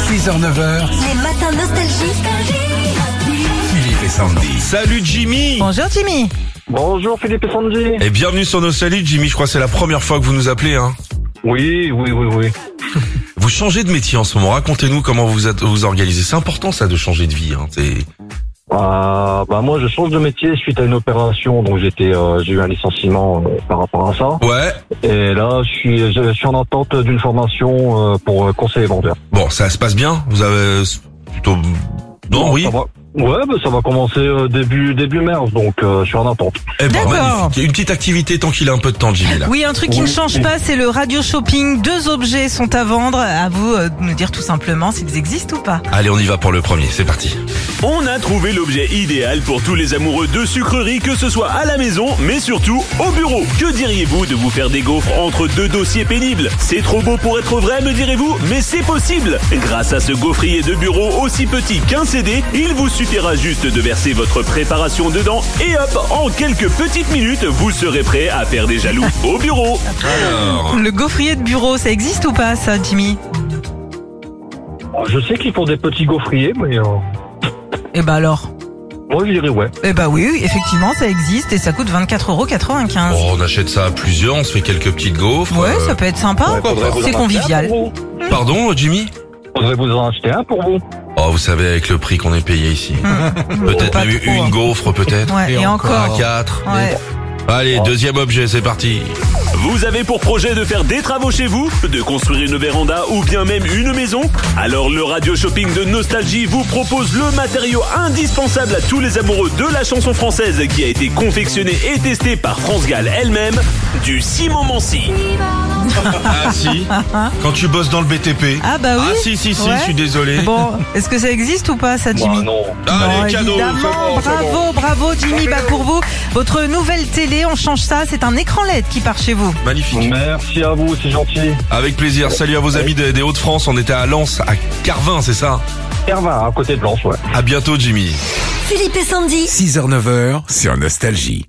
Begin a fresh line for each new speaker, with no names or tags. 6h-9h,
Les matins nostalgiques.
Philippe et Sandy.
Salut Jimmy
Bonjour Jimmy
Bonjour Philippe et Sandy.
Et bienvenue sur Nostalgie Jimmy, je crois que c'est la première fois que vous nous appelez. Hein.
Oui, oui, oui, oui.
Vous changez de métier en ce moment, racontez-nous comment vous êtes- vous organisez. C'est important ça de changer de vie. Hein. C'est-
Ah, bah moi je change de métier suite à une opération, donc j'étais, euh, j'ai eu un licenciement euh, par rapport à ça.
Ouais,
Et là, je suis, je, je suis en attente d'une formation euh, pour euh, conseiller vendeur.
bon ça se passe bien, vous avez c'est plutôt... Non, oui
Ça va. Ouais, bah ça va commencer euh, début début mars, donc euh, je suis en attente.
Eh ben,
D'accord.
magnifique. Une petite activité tant qu'il a un peu de temps Jimmy là.
Oui, un truc qui ne change pas, c'est le radio shopping. Deux objets sont à vendre. À vous euh, de nous dire tout simplement s'ils existent ou pas.
Allez on y va pour le premier, c'est parti.
On a trouvé l'objet idéal pour tous les amoureux de sucreries, que ce soit à la maison, mais surtout au bureau. Que diriez-vous de vous faire des gaufres entre deux dossiers pénibles C'est trop beau pour être vrai, me direz-vous, mais c'est possible Grâce à ce gaufrier de bureau aussi petit qu'un CD, il vous suffira juste de verser votre préparation dedans et hop, en quelques petites minutes, vous serez prêt à faire des jaloux au bureau.
Alors,
Le gaufrier de bureau, ça existe ou pas ça, Jimmy
Ah, Je sais qu'ils font des petits gaufriers, mais euh,
Eh ben alors
moi je dirais ouais.
Eh ben oui, oui, effectivement, ça existe et ça coûte 24,95 euros.
bon, Oh, on achète ça à plusieurs, on se fait quelques petites gaufres.
Ah. Ouais,
euh,
ça peut être sympa.
pourquoi pas.
C'est convivial.
Ah, Pour vous.
Pardon Jimmy
Faudrait vous en acheter un pour vous.
Oh vous savez avec le prix qu'on est payé ici. Peut-être
Pas
même
trop,
une
hein.
gaufre peut-être.
Ouais, et, encore.
Un quatre.
Ouais.
Allez, deuxième objet, c'est parti.
Vous avez pour projet de faire des travaux chez vous, de construire une véranda ou bien même une maison Alors le radio shopping de Nostalgie vous propose le matériau indispensable à tous les amoureux de la chanson française qui a été confectionné et testé par France Gall elle-même, du ciment Mancy.
Ah si. Quand tu bosses dans le BTP.
Ah bah oui.
Ah si si si,
Ouais.
je suis désolé.
Bon, est-ce que ça existe ou pas ça, Jimmy
Bah, non.
Ah
Non,
les cadeaux.
évidemment,
c'est bon, c'est bon.
bravo, bravo Jimmy, bah pour vous, votre nouvelle télé, on change ça, c'est un écran LED qui part chez vous.
Magnifique.
Merci à vous, c'est gentil.
Avec plaisir. Salut à vos amis des, des Hauts-de-France. On était à Lens, à Carvin, c'est ça
Hervin, à côté de Blanche, ouais.
À bientôt, Jimmy.
Philippe et Sandy.
6h-9h sur Nostalgie.